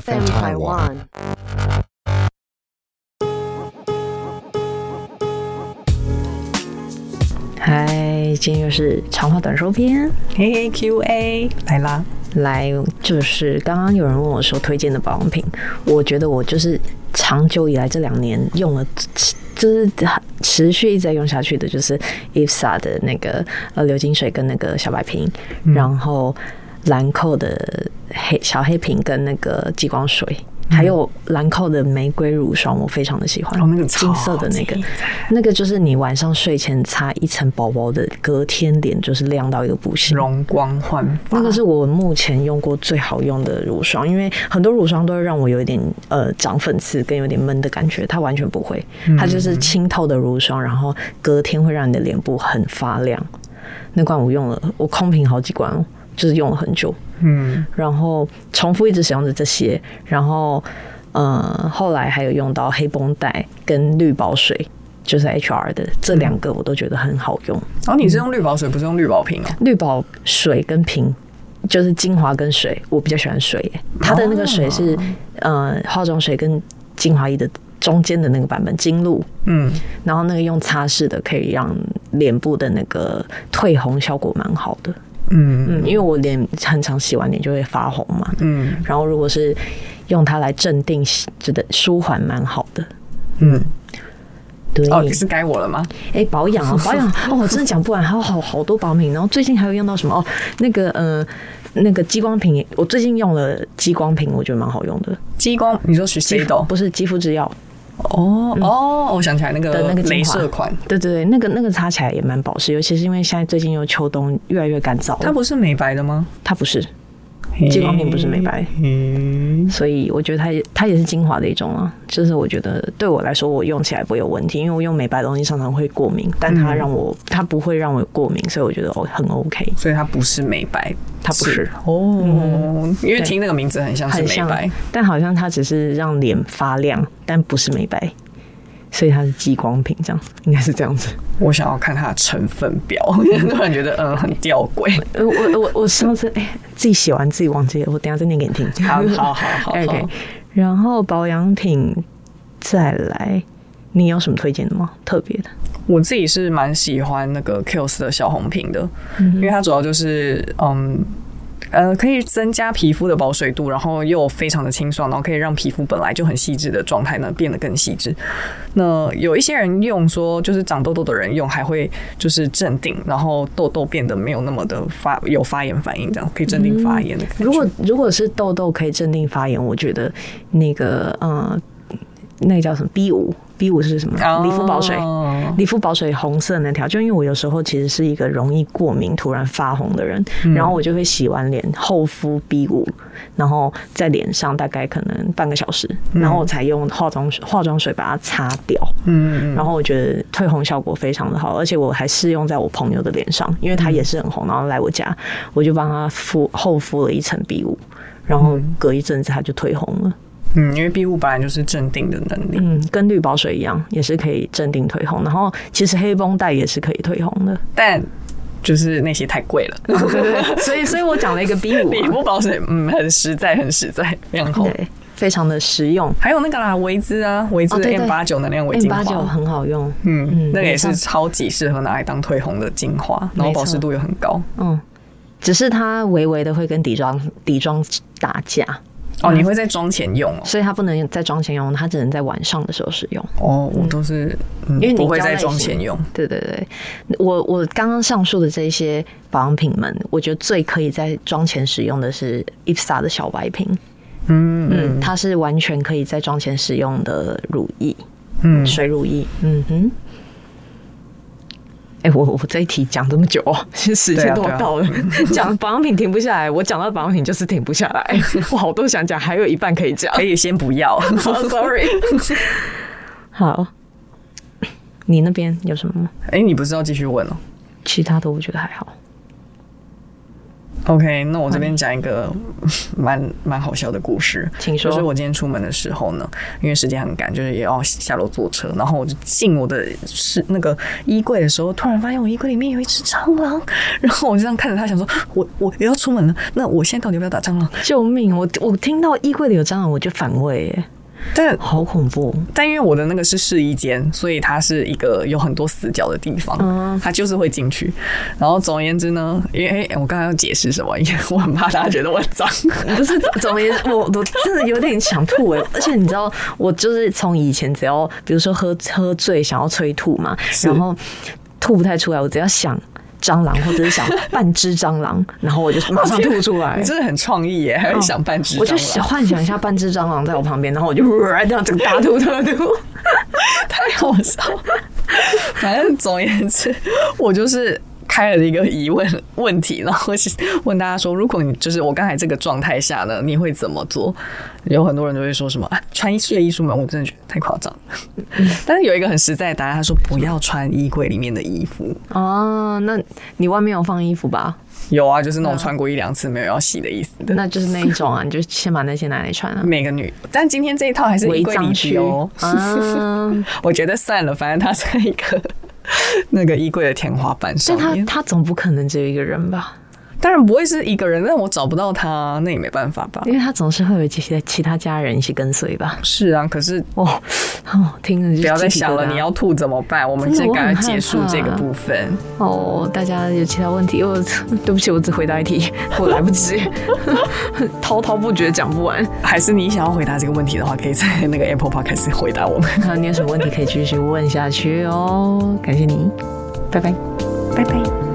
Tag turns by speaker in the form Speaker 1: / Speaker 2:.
Speaker 1: FM Taiwan.
Speaker 2: 嗨，今天又是长话短说篇。
Speaker 3: A A Q A 来啦，
Speaker 2: 来，就是刚刚有人问我说推荐的保养品，我觉得我就是长久以来这两年用了，就是持续一直在用下去的，就是 IFSA 的那个呃流金水跟那个小白瓶，
Speaker 3: 嗯
Speaker 2: 然后兰蔻的黑小黑瓶跟那个极光水。还有兰蔻的玫瑰乳霜，我非常的喜欢，
Speaker 3: 哦那个
Speaker 2: 金色的那
Speaker 3: 超
Speaker 2: 个
Speaker 3: 级赞，
Speaker 2: 那个就是你晚上睡前擦一层薄薄的，隔天脸就是亮到一个不行。
Speaker 3: 容光焕发。
Speaker 2: 那个是我目前用过最好用的乳霜，因为很多乳霜都会让我有一点呃长粉刺跟有点闷的感觉，它完全不会，它就是清透的乳霜，然后隔天会让你的脸部很发亮。那罐我用了，我空瓶好几罐哦，就是用了很久。
Speaker 3: 嗯，
Speaker 2: 然后重复一直使用着这些，然后呃，后来还有用到黑绷带跟绿宝水，就是 HR 的这两个我都觉得很好用。
Speaker 3: 然后哦你是用绿宝水，不是用绿宝瓶哦？
Speaker 2: 绿宝水跟瓶就是精华跟水，我比较喜欢水耶，它的那个水是、呃化妆水跟精华液的中间的那个版本精露，
Speaker 3: 嗯，
Speaker 2: 然后那个用擦拭的可以让脸部的那个褪红效果蛮好的。
Speaker 3: 嗯
Speaker 2: 嗯，因为我脸很常洗完脸就会发红嘛，
Speaker 3: 嗯
Speaker 2: 然后如果是用它来镇定，觉得舒缓蛮好的。
Speaker 3: 嗯，
Speaker 2: 对，
Speaker 3: 哦，是该我了吗？
Speaker 2: 哎、保养 啊，保养哦，我真的讲不完，还有好好多保养品。然后最近还有用到什么？哦，那个呃，那个激光瓶，我最近用了激光瓶，我觉得蛮好用的。
Speaker 3: 激光，你说是谁的？
Speaker 2: 不是肌肤之钥
Speaker 3: 哦哦，我想起来那
Speaker 2: 的
Speaker 3: 个
Speaker 2: 那个精
Speaker 3: 镭
Speaker 2: 华哦
Speaker 3: 射款，
Speaker 2: 对对对，那个那个擦起来也蛮保湿，尤其是因为现在最近又秋冬，越来越干燥了。
Speaker 3: 它不是美白的吗？
Speaker 2: 它不是，激光瓶不是美白
Speaker 3: 嗯，
Speaker 2: 所以我觉得它也它也是精华的一种啊。就是我觉得对我来说，我用起来不会有问题，因为我用美白的东西常常会过敏，但它让我、它不会让我有过敏，所以我觉得哦很 OK，
Speaker 3: 所以它不是美白，
Speaker 2: 它不是嗯
Speaker 3: 哦，因为
Speaker 2: 对
Speaker 3: 听那个名字很像是
Speaker 2: 很
Speaker 3: 美
Speaker 2: 像
Speaker 3: 白，，
Speaker 2: 但好像它只是让脸发亮，但不是美白。所以它是激光瓶，这样应该是这样子。
Speaker 3: 我想要看它的成分表， 突然觉得嗯很吊 诡。
Speaker 2: 呃，我我我上次哎、自己写完自己忘记了，我等一下再念给你 听。
Speaker 3: 好好好好
Speaker 2: OK，
Speaker 3: 好
Speaker 2: 然后保养品再来，你有什么推荐的吗？特别的？
Speaker 3: 我自己是蛮喜欢那个 Kills 的小红瓶的，
Speaker 2: 嗯
Speaker 3: 因为它主要就是嗯。呃，可以增加皮肤的保水度，然后又非常的清爽，然后可以让皮肤本来就很细致的状态呢变得更细致。那有一些人用说，就是长痘痘的人用还会就是镇定，然后痘痘变得没有那么的发有发炎反应，这样可以镇定发炎的感
Speaker 2: 嗯
Speaker 3: 觉。
Speaker 2: 如果如果是痘痘可以镇定发炎，我觉得那个呃，那个叫什么 B 五 B 五是什么？
Speaker 3: 哦
Speaker 2: 理肤保水，
Speaker 3: 嗯
Speaker 2: 理肤保水红色那条，就因为我有时候其实是一个容易过敏、突然发红的人，然后我就会洗完脸厚敷 B 五，然后在脸上大概可能半个小时，然后我才用化妆水化妆水把它擦掉。
Speaker 3: 嗯，
Speaker 2: 然后我觉得退红效果非常的好，而且我还试用在我朋友的脸上，因为他也是很红，然后来我家，我就帮他敷厚敷了一层 B 五，然后隔一阵子他就退红了。
Speaker 3: 嗯，因为庇护本来就是镇定的能力。
Speaker 2: 嗯，跟绿宝水一样，也是可以镇定退红。然后其实黑绷带也是可以退红的，
Speaker 3: 但就是那些太贵了，
Speaker 2: 所以所以我讲了一个 B 五、
Speaker 3: 礼
Speaker 2: 啊，
Speaker 3: 肤保水，嗯，很实在，很实在，非常好。
Speaker 2: 对，非常的实用。
Speaker 3: 还有那个啦，维兹啊，维兹
Speaker 2: 哦
Speaker 3: 的
Speaker 2: 对对
Speaker 3: M 八九能量维
Speaker 2: N
Speaker 3: 精
Speaker 2: 八九
Speaker 3: 华，
Speaker 2: 很好用，
Speaker 3: 嗯，那个也
Speaker 2: 没错
Speaker 3: 是超级适合拿来当退红的精华，然后保湿度又很高。
Speaker 2: 嗯，只是它微微的会跟底妆底妆打架，
Speaker 3: 哦，
Speaker 2: 嗯
Speaker 3: 你会在妆前用哦？
Speaker 2: 所以它不能在妆前用，它只能在晚上的时候使用。
Speaker 3: 哦，我都是，因
Speaker 2: 嗯因为你
Speaker 3: 不会
Speaker 2: 胶
Speaker 3: 在
Speaker 2: 带
Speaker 3: 妆
Speaker 2: 型
Speaker 3: 前用。
Speaker 2: 对对对，我我刚刚上述的这些保养品们，我觉得最可以在妆前使用的是 IPSA 的小白瓶。
Speaker 3: 嗯
Speaker 2: 嗯，它是完全可以在妆前使用的乳液，
Speaker 3: 嗯
Speaker 2: 水乳液。嗯哼。哎、我我这一题讲这么久、哦， 其实时
Speaker 3: 对
Speaker 2: 间
Speaker 3: 啊
Speaker 2: 都
Speaker 3: 对
Speaker 2: 要
Speaker 3: 啊
Speaker 2: 到了， 讲、保养品停不下来，我讲到保养品就是停不下来，我好多想讲，还有一半可以讲。
Speaker 3: 可以先 不要，
Speaker 2: Oh, Sorry。好，你那边有什么吗？
Speaker 3: 哎，你不是要继续问哦？
Speaker 2: 其他的我觉得还好。
Speaker 3: OK，那
Speaker 2: 嗯
Speaker 3: 我这边讲一个 蛮蛮好笑的故事。
Speaker 2: 请
Speaker 3: 就是
Speaker 2: 说。
Speaker 3: 我今天出门的时候呢，因为时间很赶，就是也要下楼坐车，然后我就进我的是那个衣柜的时候，突然发现我衣柜里面有一只蟑螂，然后我就这样看着它，想说，我我也要出门了，那我现在到底要不要打蟑螂？
Speaker 2: 救命！我我听到衣柜里有蟑螂，我就反胃耶，
Speaker 3: 但
Speaker 2: 好恐怖。哦
Speaker 3: 但因为我的那个是试衣间，所以它是一个有很多死角的地方，
Speaker 2: 嗯
Speaker 3: 它就是会进去。然后总而言之呢，因为、哎我刚刚要解释什么，因为我很怕大家觉得我很脏。
Speaker 2: 不是， 总而言之，我我真的有点想吐 哎、而且你知道，我就是从以前只要比如说喝喝醉想要催吐嘛，然后吐不太出来，我只要想蟑螂或者是想半只蟑螂，然后我就马上吐出来哦 嗯
Speaker 3: 你。真的很创意耶，还会想半只
Speaker 2: 我就
Speaker 3: 蟑
Speaker 2: 想
Speaker 3: 螂，
Speaker 2: 幻想一下半只蟑螂在我旁边，然后我 就 这样整个大吐特吐。
Speaker 3: 太好笑了。 反正总而言之，我就是。开了一个疑问问题，然后是问大家说：如果你就是我刚才这个状态下呢，你会怎么做？有很多人就会说什么、啊、穿衣睡衣出门，我真的觉得太夸张 了。但是有一个很实在的答案，他说不要穿衣柜里面的衣服。
Speaker 2: 哦，那你外面有放衣服吧？
Speaker 3: 有啊，就是那种穿过一两次没有要洗的意思的。
Speaker 2: 嗯那就是那一种啊，你就先把那些拿来穿啊。
Speaker 3: 每个女，但今天这一套 还是衣
Speaker 2: 违
Speaker 3: 柜
Speaker 2: 章
Speaker 3: 里
Speaker 2: 区
Speaker 3: 去 哦。
Speaker 2: 啊，
Speaker 3: 我觉得算了，反正它在一个那个衣柜的天花板上
Speaker 2: 但他
Speaker 3: 面。
Speaker 2: 他总不可能只有一个人吧？
Speaker 3: 当然不会是一个人，但我找不到他，那也没办法吧。
Speaker 2: 因为他总是会有其些其他家人一起跟随吧。
Speaker 3: 是啊，可是
Speaker 2: 哦，哦，听着就
Speaker 3: 不要再
Speaker 2: 鸡皮疙
Speaker 3: 想了，
Speaker 2: 瘩
Speaker 3: 你要吐怎么办？我们
Speaker 2: 真的
Speaker 3: 这
Speaker 2: 我
Speaker 3: 赶
Speaker 2: 很
Speaker 3: 快结
Speaker 2: 害
Speaker 3: 束这个
Speaker 2: 怕
Speaker 3: 部分。
Speaker 2: 哦，大家有其他问题？我对不起，我只回答一题， 我来不及，滔滔不绝讲不完。
Speaker 3: 还是你想要回答这个问题的话，可以在那个 Apple Podcast 回答我们。
Speaker 2: 那你有什么问题可以继续问下去哦？感谢你，拜拜。
Speaker 3: 拜拜。